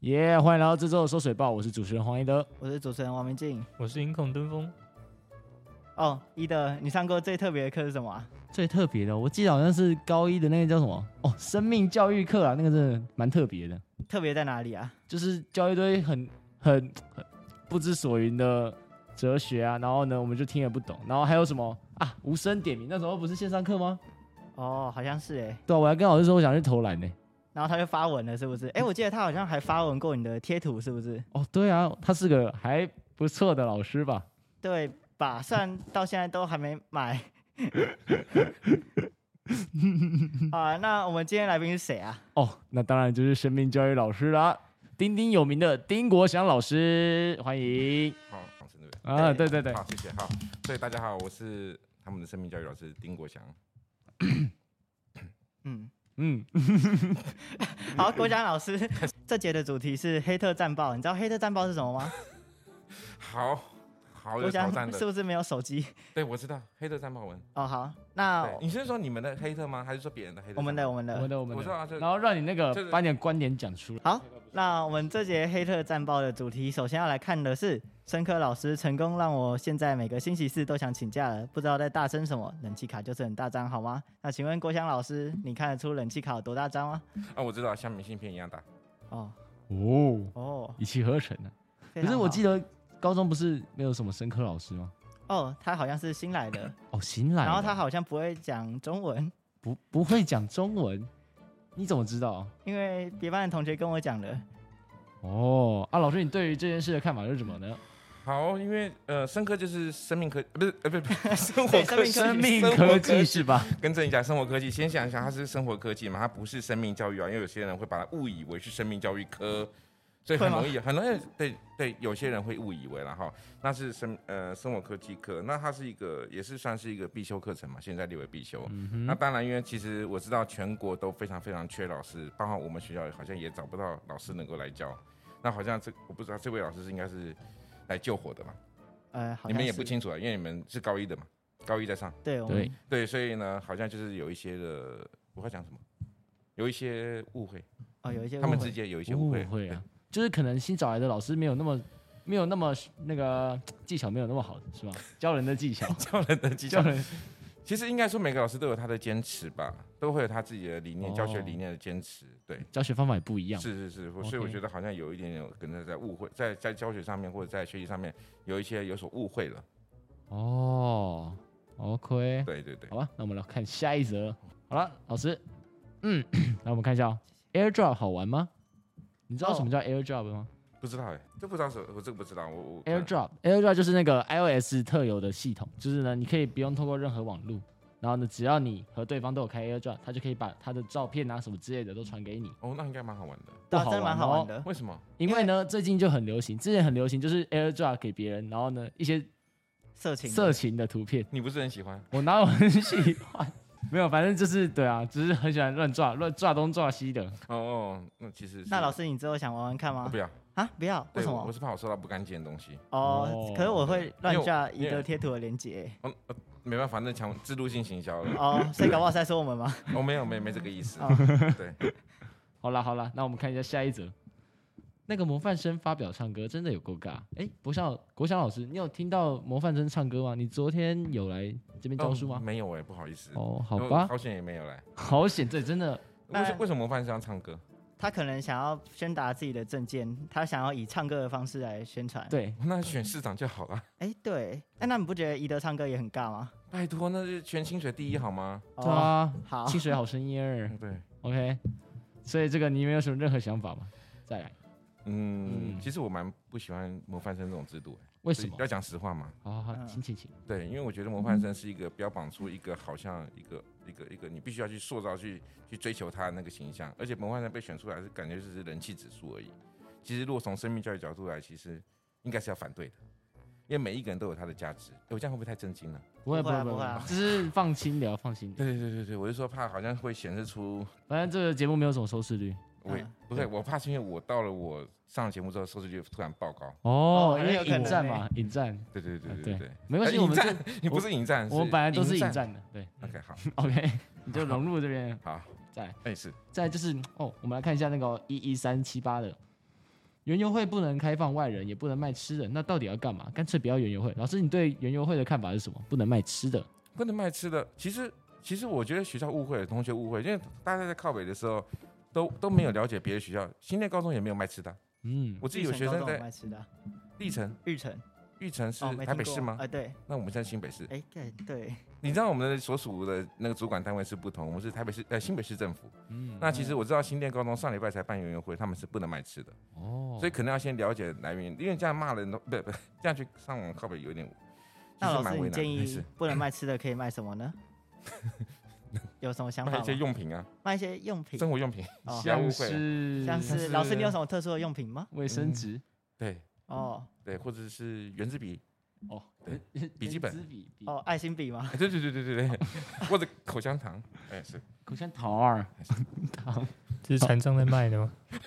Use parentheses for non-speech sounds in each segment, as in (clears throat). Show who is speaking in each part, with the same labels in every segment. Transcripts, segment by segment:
Speaker 1: 耶欢迎来到这周的收水报，我是主持人黄一德。
Speaker 2: 我是主持人王明静。
Speaker 3: 我是音控登峰，
Speaker 2: 哦，一德，你上过最特别的课是什么、啊？
Speaker 1: 最特别的，我记得好像是高一的那个叫什么哦，生命教育课啊，那个真的蛮特别的，
Speaker 2: 特别在哪里啊？
Speaker 1: 就是教一堆很很很不知所云的哲学啊，然后呢，我们就听也不懂，然后还有什么啊，无声点名，那时候不是线上课吗？
Speaker 2: 哦，好像是哎、
Speaker 1: 对啊，我还跟老师说我想去投篮呢、
Speaker 2: 然后他就发文了，是不是？哎，我记得他好像还发文过你的贴图，是不是？
Speaker 1: 哦，对啊，他是个还不错的老师吧？
Speaker 2: 对吧？虽然到现在都还没买。 (laughs) 好啊，那我们今天来宾是谁啊？
Speaker 1: 哦，那当然就是生命教育老师啦，鼎鼎有名的丁国祥老师，欢迎
Speaker 4: 好，掌声对不
Speaker 1: 啊！对
Speaker 2: 对
Speaker 1: 对对
Speaker 4: 对？，好，谢谢。好，所以大家好，我是他们的生命教育老师丁国祥。
Speaker 2: 嗯，
Speaker 1: 嗯，
Speaker 2: 好，国家老
Speaker 4: (laughs)
Speaker 2: 师，这节的主题是黑特战报。你知道黑特战报是什么吗？
Speaker 4: 好，好
Speaker 2: 国
Speaker 4: 有
Speaker 2: 家
Speaker 4: 挑战
Speaker 2: 是
Speaker 4: 的，
Speaker 2: 不是没有手机？
Speaker 4: 对我知道黑特战报文。
Speaker 2: 哦，好，那
Speaker 4: 对，你是说你们的黑特吗？还是说别人的黑特？
Speaker 2: 我们的我们
Speaker 1: 我们
Speaker 2: 的
Speaker 1: 的我们
Speaker 4: 我知
Speaker 1: 的，
Speaker 4: 道啊，这
Speaker 1: 然后让你那个
Speaker 4: 就是
Speaker 1: 把你的观点讲出来。
Speaker 2: 好，那我们这节黑特战报的主题，首先要来看的是申科老师成功让我现在每个星期四都想请假了，不知道在大声什么，冷气卡就是很大张，好吗？那请问郭襄老师，你看得出冷气卡有多大张吗？
Speaker 4: 啊，我知道，像明信片一样大。
Speaker 2: 哦
Speaker 1: 哦，
Speaker 2: 哦，
Speaker 1: 一气呵成的、
Speaker 2: 可
Speaker 1: 可是我记得高中不是没有什么生科老师吗？
Speaker 2: 哦，他好像是新来的，
Speaker 1: 哦，新来的，
Speaker 2: 然后他好像不会讲中文，
Speaker 1: 不不会讲中文，你怎么知道？
Speaker 2: 因为别班的同学跟我讲 (laughs) 的。
Speaker 1: 哦，啊，老师，你对于这件事的看法是什么呢？
Speaker 4: 好，因为呃，生科就是生命科，呃不是呃不是不是生活科
Speaker 2: 对
Speaker 4: 技，
Speaker 2: 生命
Speaker 4: 生活技。
Speaker 1: 是吧？
Speaker 4: 更正一下，生活科技，先想一下，它是生活科技嘛，它不是生命教育啊，因为有些人会把它误以为是生命教育科，所以很
Speaker 2: 会吗
Speaker 4: 容易，很容易，对对，有些人会误以为然后那是生呃生活科技科，那它是一个也是算是一个必修课程嘛，现在列为必修。
Speaker 2: 嗯
Speaker 4: 那当然，因为其实我知道全国都非常非常缺老师，包括我们学校好像也找不到老师能够来教，那好像这我不知道这位老师是应该是来救火的嘛，
Speaker 2: 呃，好
Speaker 4: 你
Speaker 2: 像
Speaker 4: 们
Speaker 2: 是
Speaker 4: 也不清楚啊，因为你们是高一的嘛，高一在上。
Speaker 2: 对，我
Speaker 1: 对
Speaker 2: 们，
Speaker 4: 对，所以呢，好像就是有一些的，我要讲什么，有一些误会，
Speaker 2: 哦，有一些
Speaker 4: 他们
Speaker 2: 误会
Speaker 4: 之间有一些
Speaker 1: 误
Speaker 4: 误
Speaker 1: 会
Speaker 4: 会，
Speaker 1: 啊，就是可能新找来的老师没有那么没有那么那个技巧没有那么好，是吧？教人的技巧，
Speaker 4: 对教人的 (laughs) 技
Speaker 1: 教
Speaker 4: 巧。
Speaker 1: 人
Speaker 4: 其实应该说，每个老师都有他的坚持吧，都会有他自己的理念、教学理念的坚持。对，
Speaker 1: 教学方法也不一样。
Speaker 4: 是是是，我所以我
Speaker 1: OK
Speaker 4: 觉得好像有一点点可能在误会，在在教学上面或者在学习上面有一些有所误会了。
Speaker 1: 哦，OK，
Speaker 4: 对对对
Speaker 1: 好，吧，那我们来看下一则。好了，老师， (clears throat) 嗯，来我们看一下哦，AirDrop 好玩吗？你知道
Speaker 2: 哦
Speaker 1: 什么叫 AirDrop 吗？
Speaker 4: 不知道哎，这不知道是，我这个不知道，我我
Speaker 1: AirDrop AirDrop 就是那个 iOS 特有的系统，就是呢，你可以不用透过任何网路，然后呢，只要你和对方都有开 AirDrop，它就可以把它的照片啊什么之类的都传给你。
Speaker 4: 哦，那应该蛮好玩的。
Speaker 2: 对啊
Speaker 1: 不好
Speaker 2: 真的蛮好
Speaker 1: 玩哦
Speaker 2: 玩的。
Speaker 4: 为什么？
Speaker 1: 因为呢，最近就很流行，之前很流行就是 AirDrop 给别人，然后呢一些
Speaker 2: 色情的，
Speaker 1: 色情的图片，
Speaker 4: 你不是很喜欢？
Speaker 1: 我哪有很喜欢？ (laughs) 没有，反正就是对啊，只是很喜欢乱抓乱抓东抓西的。
Speaker 4: 哦哦，那其实是
Speaker 2: 那老师，你之后想玩玩看
Speaker 4: 我
Speaker 2: 吗
Speaker 4: 不？要，
Speaker 2: 啊，不要，为
Speaker 4: 对
Speaker 2: 什
Speaker 4: 我
Speaker 2: 么
Speaker 4: 我？是怕我收到不干净的东西。
Speaker 2: 哦
Speaker 1: 哦，
Speaker 2: 可是我会乱
Speaker 4: 因为我
Speaker 2: 下一
Speaker 4: 因
Speaker 2: 个
Speaker 4: 为
Speaker 2: 贴图的连接。
Speaker 4: 嗯，呃没办法，那强制度性行
Speaker 1: (laughs)
Speaker 4: 销了。
Speaker 2: 哦，所以搞不好是在说我们吗？ (laughs)
Speaker 4: 我、没有，没没这个意思。
Speaker 2: 哦
Speaker 4: 对，
Speaker 1: 好啦好啦，那我们看一下下一则。那个模范生发表唱歌真的有够尬。哎，国祥国祥老师，你有听到模范生唱歌吗？你昨天有来这边教书
Speaker 4: 哦
Speaker 1: 吗？
Speaker 4: 没有哎、不好意思。
Speaker 1: 哦，好
Speaker 4: 因为
Speaker 1: 吧，
Speaker 4: 好险也没有来。
Speaker 1: 好险，这真的
Speaker 4: 为
Speaker 2: 那
Speaker 4: 什为什么模范生要唱歌？
Speaker 2: 他可能想要宣达自己的证件，他想要以唱歌的方式来宣传。，
Speaker 1: 对。
Speaker 4: 那选市长就好了。
Speaker 2: 哎，对，哎，那你不觉得宜德唱歌也很尬吗？
Speaker 4: 拜托，那是全清水第一好吗？
Speaker 2: 哦
Speaker 1: 对，啊，
Speaker 2: 好，
Speaker 1: 清水好声音儿
Speaker 4: 嗯对，
Speaker 1: ，OK。所以这个你没有什么任何想法吗？再来，
Speaker 4: 嗯，
Speaker 1: 嗯
Speaker 4: 其实我蛮不喜欢模范生这种制度、哎
Speaker 1: 为什么？
Speaker 4: 要讲实话嘛。
Speaker 1: 好好好，
Speaker 2: 嗯
Speaker 1: 请请请。
Speaker 4: 对，因为我觉得模范
Speaker 1: 嗯
Speaker 4: 生是一个标榜出一个好像一个一个一个你必须要去塑造去去追求他的那个形象，而且模范生被选出来是感觉只是人气指数而已。其实如果从生命教育角度来，其实应该是要反对的，因为每一个人都有他的价值。诶我这样会不会太震惊了？
Speaker 1: 不会
Speaker 2: 不
Speaker 1: 不会
Speaker 2: 会啊
Speaker 1: 不
Speaker 2: 不会啊
Speaker 1: 会，只是放轻聊，放轻聊。
Speaker 4: 对对对对对，我就说怕好像会显示出
Speaker 1: 反正这个节目没有什么收视率
Speaker 4: 我、
Speaker 2: 嗯
Speaker 4: 不对，我怕是因为我到了我上节目之后收视率突然爆高。
Speaker 1: 哦
Speaker 2: 哦，
Speaker 1: 因
Speaker 2: 很
Speaker 1: 为
Speaker 2: 有可
Speaker 1: 引
Speaker 2: 能
Speaker 1: 战
Speaker 2: 欸
Speaker 1: 嘛，引战，
Speaker 4: 对对对
Speaker 1: 啊对
Speaker 4: 对对，
Speaker 1: 没关系，我们这
Speaker 4: 这你不是迎呃战，
Speaker 1: 我们本来都是引
Speaker 4: 迎。
Speaker 1: 战的，对
Speaker 4: OK，好，
Speaker 1: ，OK，你 (laughs) 就融入这边。 (laughs)
Speaker 4: 好，哎
Speaker 1: 再来
Speaker 4: 那也是
Speaker 1: 再来就是哦，我们来看一下那个一一三七八的园游会不能开放外人，也不能卖吃的，那到底要干嘛？干脆不要园游会。老师，你对园游会的看法是什么？不能卖吃的，
Speaker 4: 不能卖吃的。其实其实我觉得学校误会了，同学误会，因为大家在靠北的时候都都没有了解别的学校，新店高中也没有卖吃的啊。
Speaker 1: 嗯，
Speaker 4: 我自己有学
Speaker 2: 玉成
Speaker 4: 生
Speaker 2: 高中有
Speaker 4: 在
Speaker 2: 卖吃的啊，
Speaker 4: 历城、
Speaker 2: 玉成
Speaker 4: 玉城是
Speaker 2: 哦，没
Speaker 4: 台
Speaker 2: 听
Speaker 4: 北
Speaker 2: 过
Speaker 4: 市吗？
Speaker 2: 啊，对，
Speaker 4: 那我们现在新北市。
Speaker 2: 哎，对对，
Speaker 4: 你知道我们的所属的那个主管单位是不同，我们是台北市呃新北市政府。
Speaker 1: 嗯
Speaker 4: 那其实我知道新店高中上礼拜才办园游会，他们是不能卖吃的，
Speaker 1: 哦，
Speaker 4: 所以可能要先了解来源，因为这样骂人都不不这样去上网靠北有点，其
Speaker 2: 那
Speaker 4: 实
Speaker 2: 老
Speaker 4: 蛮
Speaker 2: 师
Speaker 4: 为
Speaker 2: 你
Speaker 4: 难的。
Speaker 2: 建
Speaker 4: 还是
Speaker 2: 议不能卖吃的，可以卖什么
Speaker 4: (laughs)
Speaker 2: 呢？有什么想法
Speaker 4: 卖一
Speaker 2: 吗？
Speaker 4: 些用品啊，
Speaker 2: 卖一些用品，
Speaker 4: 生活用品， (laughs)
Speaker 2: 哦
Speaker 4: 不要误
Speaker 1: 像
Speaker 4: 会啊
Speaker 1: 是
Speaker 2: 像是老师你有什么特殊的用品吗？
Speaker 1: 卫生纸
Speaker 4: 对
Speaker 2: 哦
Speaker 4: 对，或者是圆珠笔，
Speaker 1: 哦
Speaker 4: 对，笔记本
Speaker 1: 圆珠笔、
Speaker 4: 嗯
Speaker 1: 笔
Speaker 2: 哦，爱心笔吗？
Speaker 4: (laughs) 哎对对对对对对，或者口香糖，哎是
Speaker 1: (laughs) 口香糖儿
Speaker 4: 还、
Speaker 1: 糖
Speaker 3: 这是残障在卖的吗？
Speaker 4: (laughs)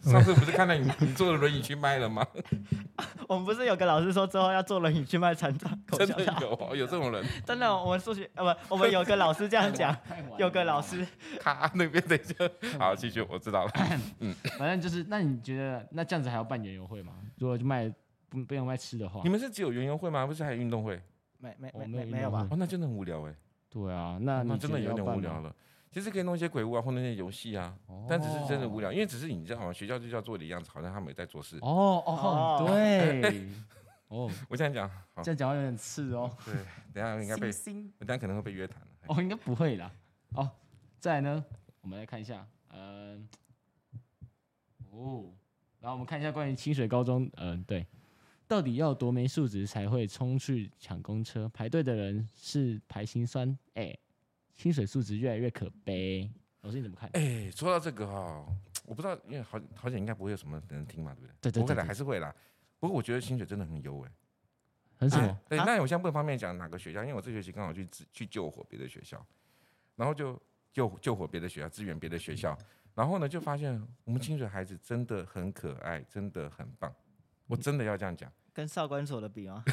Speaker 4: 上次不是看到你你坐着轮椅去卖了吗？
Speaker 2: (laughs) 我们不是有个老师说之后要坐轮椅去卖残障口
Speaker 4: 真
Speaker 2: 香
Speaker 4: 的
Speaker 2: 糖？
Speaker 4: 有哦有这种人，
Speaker 2: (laughs) 真的，我们数学呃不，我们有个老师这
Speaker 1: (laughs)
Speaker 2: 样讲，
Speaker 1: 太晚了
Speaker 2: 有个老师
Speaker 4: 咔那边等一下，好继续我知道了。
Speaker 1: 反正就是，那你觉得那这样子还要办园游会吗？如果就卖不不能卖吃的话
Speaker 4: 你，们是只有园游会吗？不是还有运动会？
Speaker 2: 没没
Speaker 1: 哦
Speaker 2: 没
Speaker 1: 没有
Speaker 2: 没
Speaker 1: 运
Speaker 2: 没有
Speaker 1: 动
Speaker 2: 吧
Speaker 1: 会？
Speaker 4: 哦，那真的很无聊哎、
Speaker 1: 对啊，那
Speaker 4: 哦那
Speaker 1: 你
Speaker 4: 真的有点无聊
Speaker 1: 了，
Speaker 4: 了。其实可以弄一些鬼屋啊，或弄一些游戏啊，但只是
Speaker 1: 哦
Speaker 4: 真的无聊，因为只是你知道吗？学校就叫做的样子，好像他们也在做事。
Speaker 1: 哦哦，
Speaker 2: 哦
Speaker 4: (laughs)
Speaker 1: 对，哦，
Speaker 4: 我这样讲，好，
Speaker 1: 这样讲话有点刺哦。
Speaker 4: (laughs) 对，等一下应该被，
Speaker 1: 星
Speaker 4: 我等一下可能会被约谈了。哎
Speaker 1: 哦，应该不会啦。哦，再来呢，我们来看一下，嗯、哦，然后我们看一下关于清水高中，嗯、对，到底要多没素质才会冲去抢公车？排队的人是排心酸，哎、清水素质越来越可悲。老师你怎么看？
Speaker 4: 哎、说到这个哦，我不知道，因为好好险应该不会有什么人听嘛，对不对？
Speaker 1: 对对
Speaker 4: 不会
Speaker 1: 对
Speaker 4: 的，
Speaker 1: 对
Speaker 4: 还是会啦。不过我觉得薪水真的很优哎、
Speaker 1: 很什么？
Speaker 4: 对，
Speaker 2: 啊
Speaker 4: 那我现在不方便讲哪个学校，因为我这学期刚好去支去救火别的学校，然后就救救火别的学校，支援别的学校，然后呢就发现我们清水孩子真的很可爱，真的很棒，我真的要这样讲， (laughs)
Speaker 2: 跟少管所的比吗？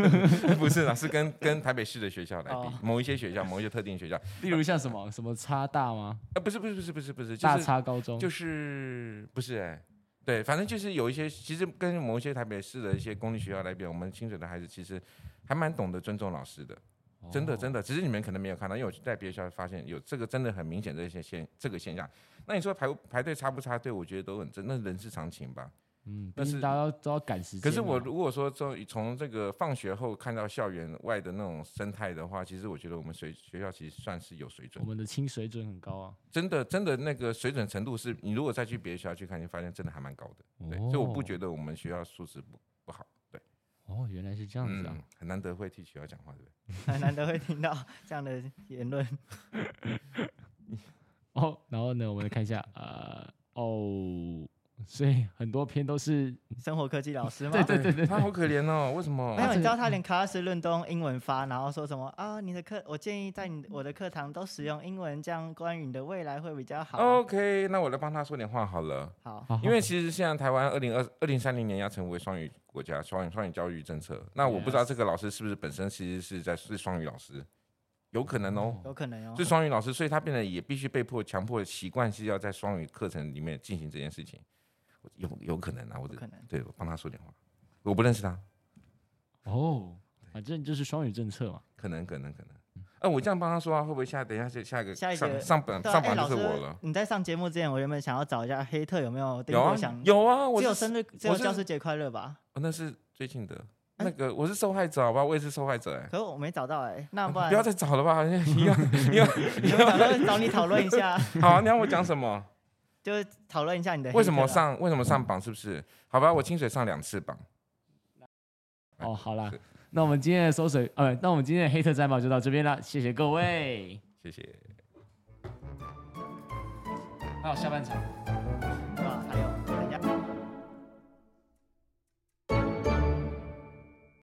Speaker 2: (laughs)
Speaker 4: 不是啦，是跟跟台北市的学校来比
Speaker 2: 哦，
Speaker 4: 某一些学校，某一些特定学校，
Speaker 1: 例如像什么什么差大吗？
Speaker 4: 啊，不是不是不是不是不是，就
Speaker 1: 大
Speaker 4: 是
Speaker 1: 差高中
Speaker 4: 就是不是哎、对，反正就是有一些，其实跟某一些台北市的一些公立学校来比，我们清水的孩子其实还蛮懂得尊重老师的。真的真
Speaker 1: 的
Speaker 4: 的，只是你们可能没有看到，因为我在别的学校发现有这个真的很明显的一些现这个现象。那你说排排队插不插队，我觉得都很真，那人之常情吧。
Speaker 1: 嗯，
Speaker 4: 但
Speaker 1: 但是
Speaker 4: 是
Speaker 1: 大家都要赶时间嘛。
Speaker 4: 可是我如果说从从这个放学后看到校园外的那种生态的话，其实我觉得我们学学校其实算是有水
Speaker 1: 我
Speaker 4: 准，
Speaker 1: 们的清水准很高啊。
Speaker 4: 真的真的那个水准程度是你如果再去别的学校去看，你发现真的还蛮高的。对，
Speaker 1: 哦
Speaker 4: 所以我不觉
Speaker 1: 得
Speaker 4: 得我们学校素质不不好。对，
Speaker 1: 哦，原来是这样子啊。
Speaker 4: 嗯，很难得会替学校讲话，对不对？
Speaker 2: 很难得会听到这样的言论。
Speaker 1: 哦，然后呢，我们来看一下，呃，哦，所以很多篇都是
Speaker 2: 生活科技老师吗？
Speaker 1: 对
Speaker 2: (laughs)
Speaker 1: 对对对，
Speaker 4: 他好可怜哦，为什么？
Speaker 2: 没有，你知道他连卡斯论东英文发，然后说什么啊？你的课，我建议在你我的课堂都使用英文，这样关于你的未来会比较好。
Speaker 4: OK，那我来帮他说点话好了。
Speaker 2: 好，
Speaker 1: 好
Speaker 4: 因为其实现在台湾二零二二零三零年要成为双语国家，双语双语教育政策。那我不知道
Speaker 1: Yes
Speaker 4: 这个老师是不是本身其实是在是双语老师，有可能哦，
Speaker 2: 有可能哦
Speaker 4: 是。双语老师，所以他变得也必须被迫强迫习惯是要在双语课程里面进行这件事情，有有可能啊，我
Speaker 2: 有可能
Speaker 4: 对我帮他说点话，我不认识他，
Speaker 1: 哦，反正就是双语政策嘛。
Speaker 4: 可能可能可能。哎、我这样帮他说话，会不会下等一下下下一个
Speaker 2: 下一个
Speaker 4: 上上榜
Speaker 2: 对啊
Speaker 4: 上
Speaker 2: 哎
Speaker 4: 榜就
Speaker 2: 老
Speaker 4: 是我
Speaker 2: 师
Speaker 4: 了？，
Speaker 2: 你在上节目之前，我原本想要找一下黑特有没有订
Speaker 4: 有啊
Speaker 2: 过想，
Speaker 4: 有啊，我
Speaker 2: 只有
Speaker 4: 是
Speaker 2: 生日，只有
Speaker 4: 我是
Speaker 2: 教师节快乐吧？
Speaker 4: 哦那是最近的
Speaker 2: 哎
Speaker 4: 那个，我是受害者，好吧，我也是受害者哎、
Speaker 2: 可是我没找到哎，那不然
Speaker 4: 不要再找了吧，你
Speaker 2: (laughs)
Speaker 4: 要你要
Speaker 2: 你们找到找你讨论一下，
Speaker 4: 好啊，你要我讲什
Speaker 2: (laughs)
Speaker 4: 么？
Speaker 2: 就是 (laughs) 讨论一下你的
Speaker 4: 为什么
Speaker 2: hater 啊
Speaker 4: 上为什么上榜？是不是？好吧，我清水上两次榜。
Speaker 1: 哦，好啦
Speaker 4: 哎是，
Speaker 1: 那我们今天的搜水，呃，那我们今天的黑特战报就到这边啦，谢谢各位。
Speaker 4: 谢谢。
Speaker 1: 还有下半场。